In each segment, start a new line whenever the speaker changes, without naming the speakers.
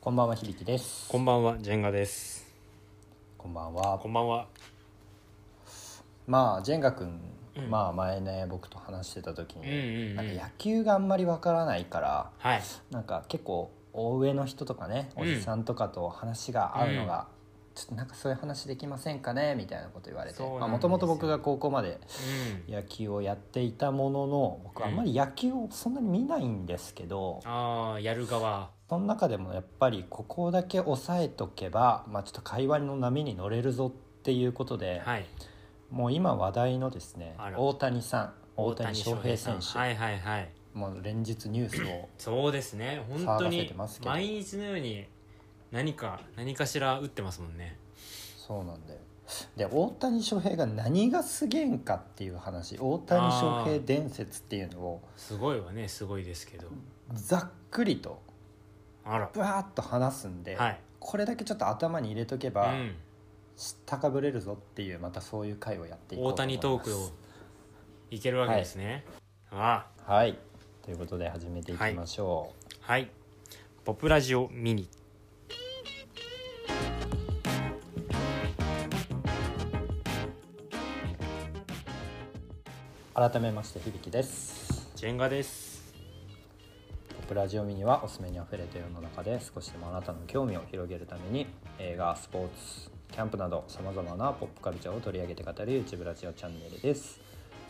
こんばんは響です。
こんばんは、ジェンガです。
こんばんは
こ。んばんは。
まあジェンガ君、
うん
まあ前ね僕と話してた時に、
うんうんうん
なんか野球があんまりわからないから、
はい。
なんか結構大上の人とかね、
うん
おじさんとかと話が合うのが、ちょっとなんかそういう話できませんかねみたいなこと言われて、
そうなんです
まあ
よ
もともと僕が高校まで
うん。
野球をやっていたものの、僕はあんまり野球をそんなに見ないんですけど、
ああ、やる側。
その中でもやっぱりここだけ押さえとけば、まあ、ちょっと会話の波に乗れるぞっていうことで、
はい。
もう今話題のですね
あら
大谷さん大谷翔平
さ
選
ん
手、
はいはいはい。
もう連日ニュースを
そうですね。本
騒
当
がせ
に
てますけど
毎日のように何か何かしら打ってますもんね。
そうなんだよで大谷翔平が何がすげえんかっていう話大谷翔平伝説っていうのを
すごいわね、すごいですけど。
ざっくりと
あら。
ぶわーっと話すんで、
はい。
これだけちょっと頭に入れとけ
う
ば、
ん。
知ったかぶれるぞっていうまたそういう回をやっていこ
大
うと思い
谷
ます
トークをいけるわけですね。あ
はいということで始めていきましょう、
あ、はい。ポプラジオミニ。
改めまして響です
ジェンガです。
プラジオミニはおすすめにあふれた世の中で少しでもあなたの興味を広げるために映画スポーツキャンプなどさまざまなポップカルチャーを取り上げて語る YouTube ラジオチャンネルです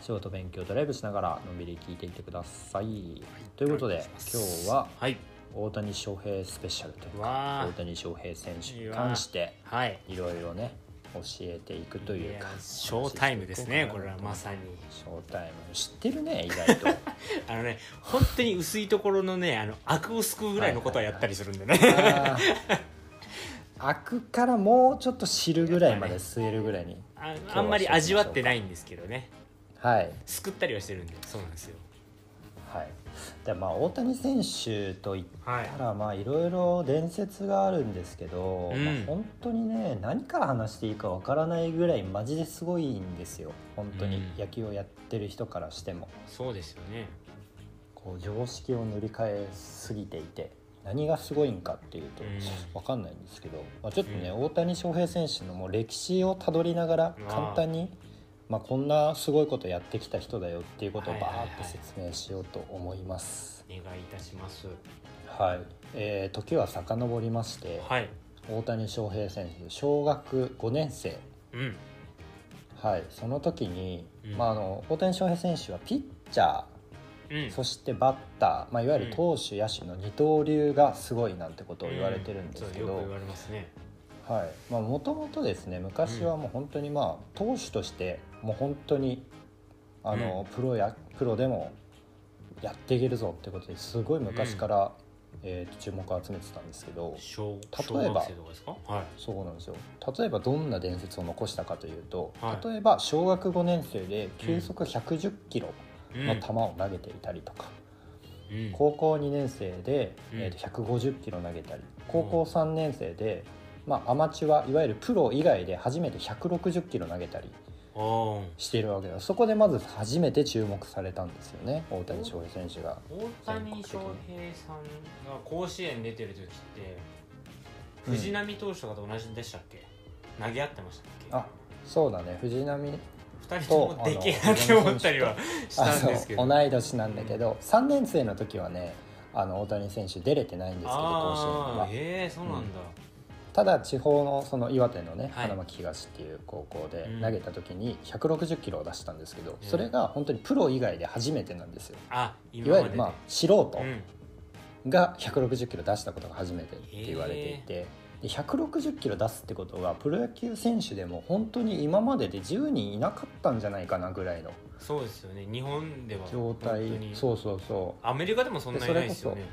仕事勉強ドライブしながらのんびり聞いていてください、ということ
お願
で
いします。
今日はい大谷翔平スペシャルというか
わあ
大谷翔平選手に関して
はい。
いろいろね教えていくというか
やショータイムですね、これはま
に
さに。
ショータイム知ってるね意外と
あのね、本当に薄いところのね、あの、アクをすくうぐらいのことはやったりするんでね。
あー開くからもうちょっと汁ぐらいまで吸えるぐらいに、 今
あ
日は
あんまり味わってないんですけどね。
はい
すくったりはしてるんで、そうなんですよ。
はいでまあ大谷選手といっ
は
たらまあいろいろ伝説があるんですけど、
うん
まあ本当にね何から話していいかわからないぐらいマジですごいんですよ本当に
うん
野球をやってる人からしても、
そうですよね。
こう常識を塗り替えすぎていて何がすごいんかっていうと
うん
分かんないんですけど、まあ、ちょっとね、
う
大谷翔平選手のもう歴史をたどりながら
うわ
簡単に、まあ、こんなすごいことやってきた人だよっていうことを
はいはいは
バー
い
って説明しようと思います。
お願いいたします。
はいえー時は遡りまして、
はい。
大谷翔平選手小学5年生、
うん。
はい、その時に、
うん
まあ、あの大谷翔平選手はピッチャー
うん。
そしてバッター、まあ、いわゆる投手野手の二刀流がすごいなんてことを言われてるんですけど
うんそうよく言われますね。
はいまあもともとですね昔はもう本当にまあ投手としてもう本当にあの、プロやプロでもやっていけるぞってことですごい昔から、えーと注目を集めてたんですけど
小
ば
小学生とかですかは
そうなんですよ例えばどんな伝説を残したかというと、
はい
例えば小学5年生で球速110キロ
い。
の球を投げていたりとか。
うんうん
高校2年生で、
うん
えー、と150キロ投げたり高校3年生で、まあ、アマチュアいわゆるプロ以外で初めて160キロ投げたり
あー
しているわけですそこでまず初めて注目されたんですよね大谷翔平選手が。
大谷翔平さんが甲子園出てる時って藤浪投手とかと同じでしたっけ、投げ合ってましたっけ
あそうだね藤浪
二人ともでけえなって思ったりはしたんですけど
あそう同い年なんだけど、3年生の時はねあの大谷選手出れてないんですけど甲子園に
あ
は
あへえそうなんだ、
ただ地方のその岩手のね
はい
花巻東っていう高校で
うん
投げた時に160キロを出したんですけど
うん
それが本当にプロ以外で初めてなんですよ
あ
いわ
今ま
ゆ
で
る
で
まあ素人
うん、
が160キロ出したことが初めてって言われていてで160キロ出すってことがプロ野球選手でも本当に今までで10人いなかったんじゃないかなぐらいの
そうですよね日本では
状態
本当に
そうそうそ
アメリカでもそんなにないですよね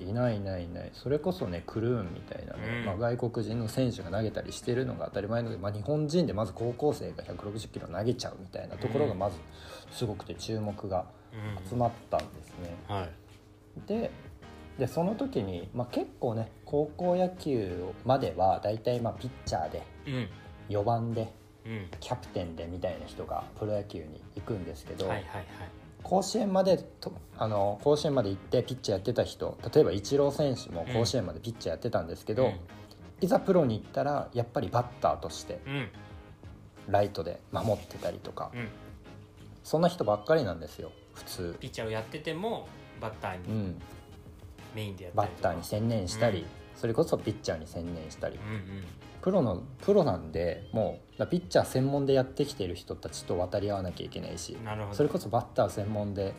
ういないいないいないそれこそねクルーンみたいなね、
うん
まあ、外国人の選手が投げたりしてるのが当たり前なので、まあ、日本人でまず高校生が160キロ投げちゃうみたいなところが
うん
まずすごくて注目が集まったんですね。
うん、はい
ででその時に、まあ、結構ね高校野球までは大体まあピッチャーで
うん
4番で
うん
キャプテンでみたいな人がプロ野球に行くんですけど、
はいはいはい
高甲子園までとあの甲子園まで行ってピッチャーやってた人例えばイチロー選手も甲子園までピッチャーやってたんですけど、
うん
いざプロに行ったらやっぱりバッターとして
うん
ライトで守ってたりとか、
うん
そんな人ばっかりなんですよ普通、
ピッチャーをやっててもバッター
う
に
ん、
メインでやった
バ
り
ッ
と
タ
か
ーに専念したり、
うん
それこそピッチャーに専念したり
うんうん
プロのプロなんでもうだからピッチャー専門でやってきてる人たちと渡り合わなきゃいけないし
なるほど
それこそバッター専門で、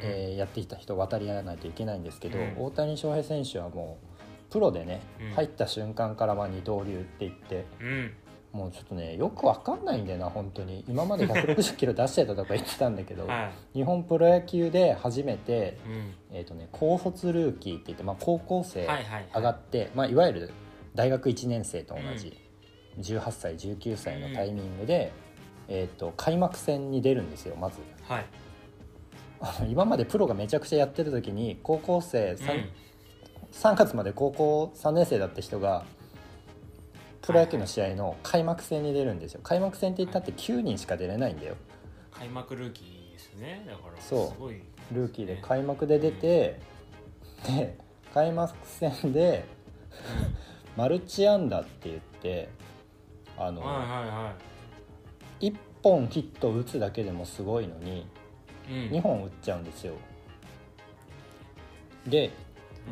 えーやってきた人渡り合わないといけないんですけど、
うん
大谷翔平選手はもうプロでね、
うん
入った瞬間からまあ二刀流って言って
うん
もうちょっとねよくわかんないんだよな本当に今 まで160キロ出してたとか言ってたんだけど、
は
日本プロ野球で初めて、
い、うん、
えーとね、高卒ルーキーって言って、まあ、高校生
はいはい
上がって、いまあ、いわゆる大学1年生と同じ、18歳19歳のタイミングで、えー、と開幕戦に出るんですよまず。
はい
あの 今までプロがめちゃくちゃやってた時に高校生 3,、
うん
3月まで高校3年生だった人がプロ野球の試合の開幕戦に出るんですよ開幕戦って言ったって9人しか出れないんだよ
開幕ルーキーですねだから
そう
すごい
ルーキーで開幕で出てで開幕戦で マルチアンダーって言ってあ
うん
の、
はいは
1本ヒット打つだけでもすごいのに
いはい、うん、
2本打っちゃうんですよで
うん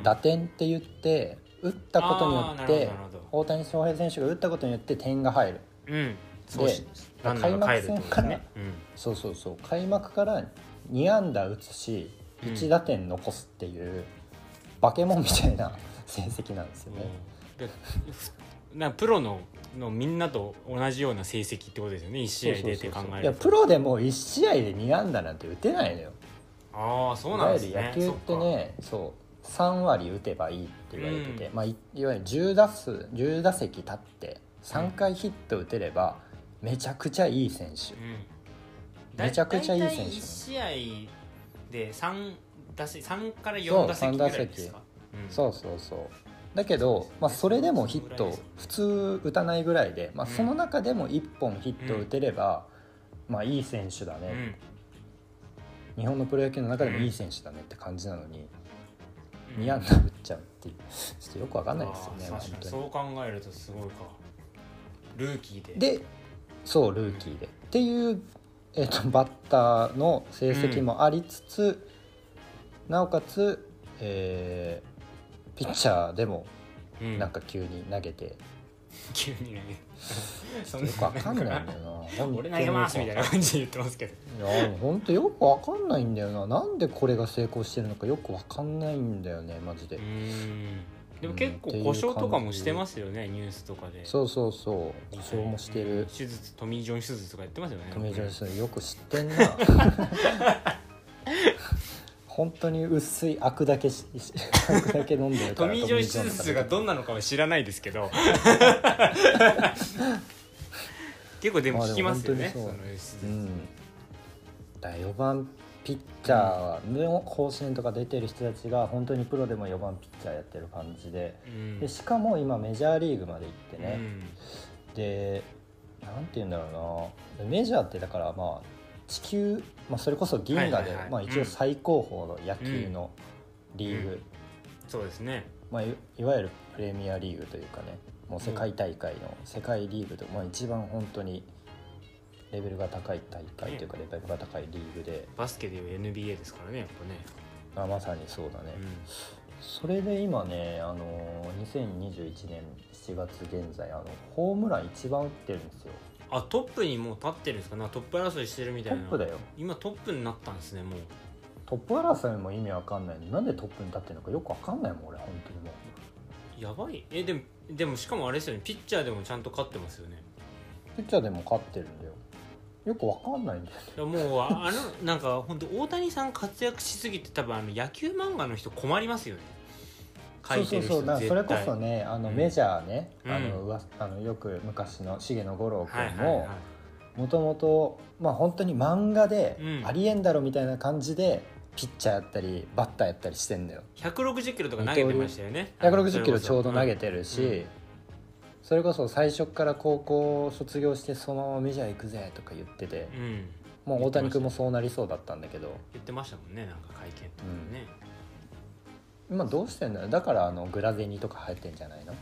打点って言って打ったことによっ
あーなるほど
て
なるほど
大谷翔平選手が打ったことによって点が入る
うん、そうしラ
開
ン
幕
ナーが帰るってことですね
戦か、そうそうそう開幕から2安打打つし
うん
1打点残すっていう、バケモンみたいな 成績なんですよね、
うん、でふ なプロののみんなと同じような成績ってことですよね1試合
そうそう
出
そ
て
う
考
そう
え
いや
ると
プロでも1試合で2安打なんて打てないのよ
ああそう
い
なん
わ
で
ゆ
す
る
ね
野球ってねそう3割打てばいいって言われてて、
う
まあ、いいわゆる10打数10打席立って3回ヒット打てればめちゃくちゃいい選手
そっかうん
めちゃくちゃいい選手
だいた1試合で3打席三から4打席ぐらいですかう、
そうそうそうだけど、まあ、それでもヒット普通打たないぐらいで、まあ、
うん
その中でも1本ヒット打てれば、まあいい選手だ
う
ね、
ん
日本のプロ野球の中でもいい選手だねって感じなのに、
うん、
2安打打っちゃうっていうちょっとよくわかんないですよね
あー
本
確かに
当
そ
に。
う考えるとすごいかルーキーで
でそうルーキーでっていう、えっとバッターの成績もありつつ、なおかつ、えーピッチャーでも
うん
なんか急に投げて、
急にね そ
よくわかんないんだよな
俺投げますみたいな感じで言ってますけ ど
いや本当よくわかんないんだよななんでこれが成功してるのかよくわかんないんだよねマジで、
でも結構故障とかもしてますよねニュースとかで
そうそうそう故障もしてる
手術トミー・ジョン手術とかやってますよね
トミー・ジョン
手
さんよく知ってん な本当に薄い悪だけし悪だけ飲んでるか
ト
ら
ミー・ジョン手術がどん
な
なのかは知らないです けど結構でも聞きますよね
あでも
そ
本
の手
う
術
んだ4番ピッチャーの甲子園とか出てる人たちが本当にプロでも4番ピッチャーやってる感じで
うん
でしかも今メジャーリーグまで行って
う
ね、
ん
でなんて言うんだろうなメジャーってだからまあ地球、まあ、それこそ銀河で、
はいはいはい
まあ、一
う
応
ん
最高峰の野球のリーグ、
うんそうですね
まあ、いいわゆるプレミアリーグというかねもう世界大会の世界リーグと、まあ、一番本当にレベルが高い大会というかレベルが高いリーグで、
バスケでいう NBA ですからねやっぱね
まあ、まさにそうだね、
うん
それで今ね、あの2021年7月現在あのホームラン一番打ってるんですよ
あトップにもう立ってるんですかなトップ争いしてるみ
ト
たいな
ップだよ
今トップになったんですねもう
トップ争いも意味わかんないのになんでトップに立ってるのかよくわかんないもん俺本当にもう
やばいえでもでもしかもあれですよねピッチャーでもちゃんと勝ってますよね
ピッチャーでも勝ってるんだよよくわかんないんだよね
いやもうああのなんか本当大谷さん活躍しすぎて多分あの野球漫画の人困りますよね書いてる人
そうそうそうだからそれ
絶
こ
対
そねあの
うん
メジャーね、
うん
あのうわあのよく昔の重野五郎
はい
君
はいはい
ももともとまあ本当に漫画で
うん
ありえんだろみたいな感じでピッチャーやったりバッターやったりしてんだよ
160キロとか投げてましたよね
160キロちょうど投げ
て、
てるし、
うん
それこそ最初から高校卒業してそのままメジャー行くぜとか言ってて
うん
もう大谷君もそうなりそうだったんだけど
言ってましたもんねなんか会見とかでね、
今どうしてんだよだからあのグラゼニとか入ってんじゃないの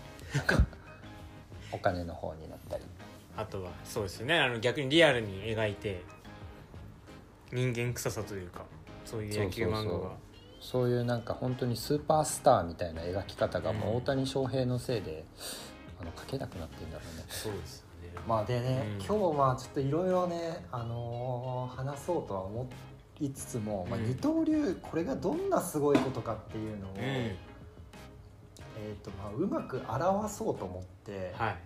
お金の方になったり
あとはそうですよねあの逆にリアルに描いて人間臭さというかそういう野球漫画が
そうそうそうそういうなんか本当にスーパースターみたいな描き方がもう大谷翔平のせいであの描けなくなってんだろうね
そうですよね、
まあでね、
うん
今日はちょっといろいろね、あのー話そうとは思いつつも、まあ、
うん
二刀流これがどんなすごいことかっていうのを、えーとまあ、うまく表そうと思って、
はい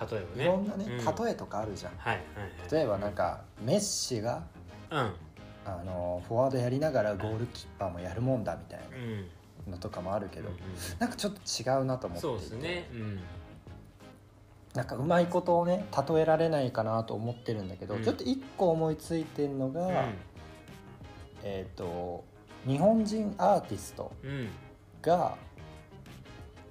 例えば
い、
ね
ろんなね、
うん
例えとかあるじゃん。
はいはいはい
例えばなんかメッシが、あのーフォワードやりながらゴールキッパーもやるもんだみたい
うんうん
なのとかもあるけど、
うんうん
なんかちょっと違うなと思ってい
そう
て
ですねうん
なんかうまいことをね例えられないかなと思ってるんだけど、
うん
ちょっと一個思いついてるのが、
う
えっ、と日本人アーティスト
んうん
が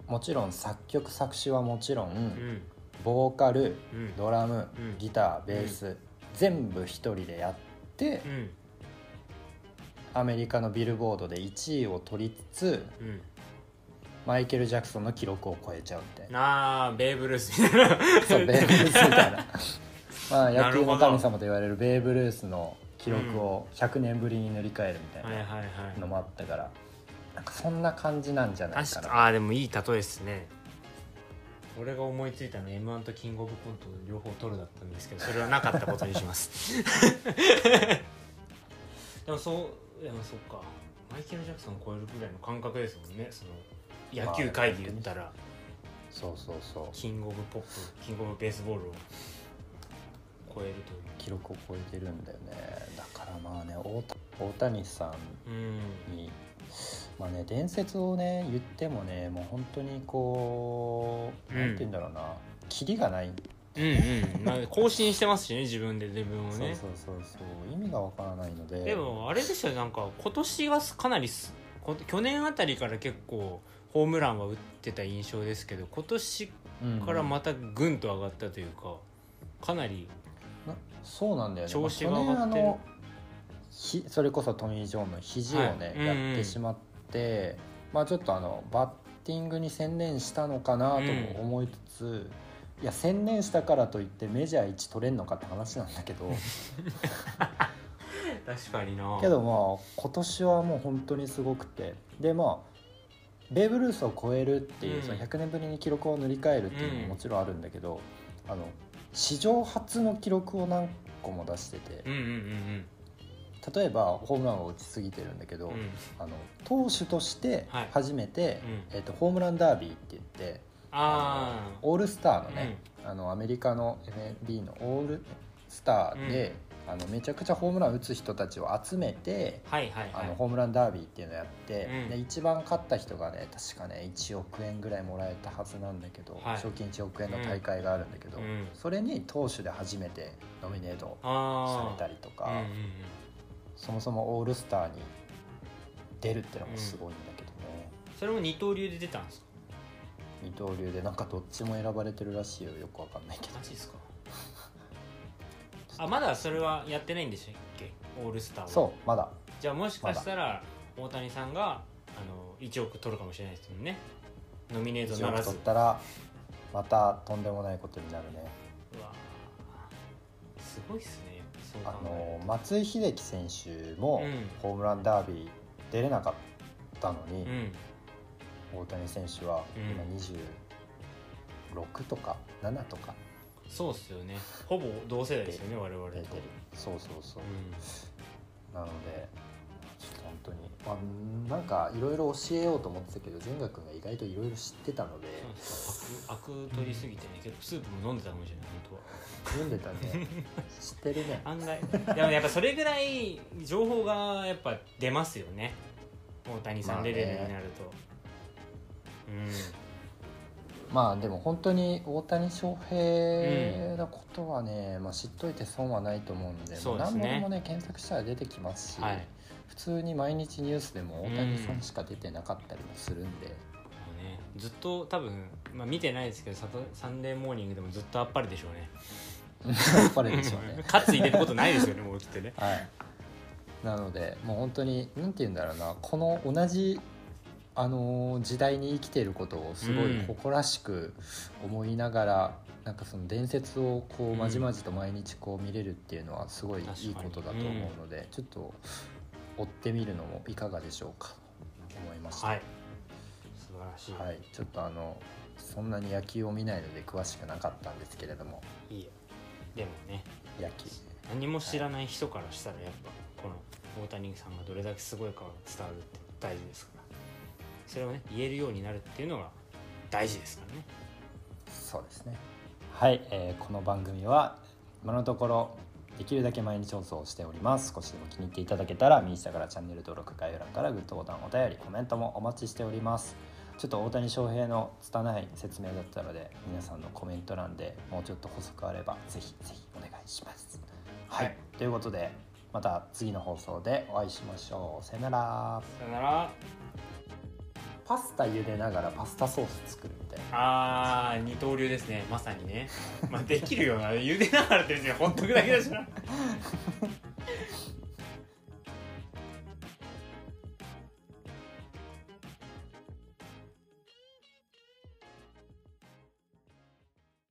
もちろん作曲作詞はもちろん、
うん
ボーカル
うん
ドラム、
うん
ギターベース、全部一人でやって、
うん
アメリカのビルボードで1位を取りつつ
うん
マイケル・ジャクソンの記録を超えちゃうみたいな
あーベーブ・ルースみ たいな
そうベーブ・ルースみたいな まあ
な
野
る
球
ほ
の
ど
神様と言われるベーブ・ルースの記録を100年ぶりに塗り替えるみた
はいいはいはい
なのもあったからなんかそんな感じなんじゃない
確
かな
かあーでもいい例えですね俺が思いついたの m 1とキングオブコント両方取るだったんですけどそれはなかったことにします でもそうでもそっかマイケル・ジャクソンを超えるぐらいの感覚ですもんねその野球界で言ったら
そうそうそう
キングオブポップキングオブベースボールを超えるとい
記録を超えてるんだよねだからまあね大谷大谷さ
ううん
んにまあね伝説をね言ってもねもう本当にこう
うん
なんて言うんだろうな、キリがない、
うんうん、まあ、更新してますしね自分で自分を
そう
ね
そうそうそう意味がわからないので
でもあれでしたよなんか今年はかなりすこ去年あたりから結構ホームランは打ってた印象ですけど今年
うん
からまたぐんと上がったというかかなり
なそうなんだよね
調子が
まあ
上がっ
去
てる
年あのひそれこそトミー・ジョンの肘をね、
はい
や
うんうん
ってしまって、まあ、ちょっとあのバッティングに専念したのかなとも思いつつ、いや専念したからといってメジャー1取れんのかって話なんだけど
確かにな
けどまあ今年はもう本当にすごくてでまあベーブ・ルースを超えるっていう、
うん
その100年ぶりに記録を塗り替えるっていうのももちろんあるんだけど、あの史上初の記録を何個も出してて。
うんうんうん
例えばホームランは打ちすぎてるんだけど、
うんうん
あの投手として
はい
初めて、
う
えっとホームランダービーって言って
あ
オールスターのね、あのアメリカの MLB のオールスターで、あのめちゃくちゃホームラン打つ人たちを集めて、
あはいはいは
あの
い
ホームランダービーっていうのをやって、
うん
で一番勝った人がね確かね1億円ぐらいもらえたはずなんだけど、
はい
賞金1億円の大会があるんだけど、
うん
それに投手で初めてノミネートさ
あ
れた
り
りとか。そもそもオールスターに出るってのもすごいんだけどね、
それも二刀流で出たんですか
二刀流でなんかどっちも選ばれてるらしいよよくわかんないけど
マジですかあまだそれはやってないんでしたっけオールスターは
そうまだ
じゃあもしかしたら大谷さんがあの1億取るかもしれないですもんねノミネートな
1
ら
億
ず
取ったらまたとんでもないことになるね
うわーすごいっすねそう
あ
考え
の
ると
松井秀喜選手も
うん
ホームランダービー出れなかったのに
う、ん
大谷選手は
うん
今26とか7とか
そうっすよねほぼ同世代ですよね我々と
出てるそうそうそうなのでちょっと本当に、まあ、なんかいろいろ教えようと思ってたけど純也君が意外といろいろ知ってたので
うん、そうアクアク取りすぎてね結構スープも飲んでたかもしれない本
読んでたね 知ってるね
当は案外でもやっぱそれぐらい情報がやっぱ出ますよね大谷さんレベルになると、
まあでも本当に大谷翔平のことはね、まあ、知っといて損はないと思うんで
そうですね
まあ何もね検索したら出てきますし、
うんはい
普通に毎日ニュースでも大谷さんしか出てなかったりもするん で、
もうねずっと多分、まあ、見てないですけどサト「サンデーモーニング」でもずっとあっぱれでしょうね
やっぱりでしょう ね
カツ入れることないですよねもうきってね
はいなのでもう本当に何て言うんだろうなこの同じあのー時代に生きていることをすごい
うん
誇らしく思いながら、なんかその伝説をこ
う
うんまじまじと毎日こう見れるっていうのはすごいい
確かに
いことだと思うので、ちょっと追ってみるのもいかがでしょうかと思いました。
はい素晴らしい、
はい、ちょっとあのそんなに野球を見ないので詳しくなかったんですけれども
い、いよでもね
野球
何も知らない人からしたらやっぱこの大谷さんがどれだけすごいかが伝わるって大事ですからそれをね言えるようになるっていうのが大事ですからね
そうですねはい、えーこの番組は今のところできるだけ毎日放送しております少しでも気に入っていただけたら右下からチャンネル登録概要欄からグッドボタンお便りコメントもお待ちしておりますちょっと大谷翔平の拙い説明だったので皆さんのコメント欄でもうちょっと補足あればぜひぜひお願いしますはい、
はい
ということでまた次の放送でお会いしましょうさよなら
さよなら
パスタ茹でながらパスタソース作るみたいな
あー二刀流ですねまさにね、まあ、できるような茹でながらって別にほっとくだけだしな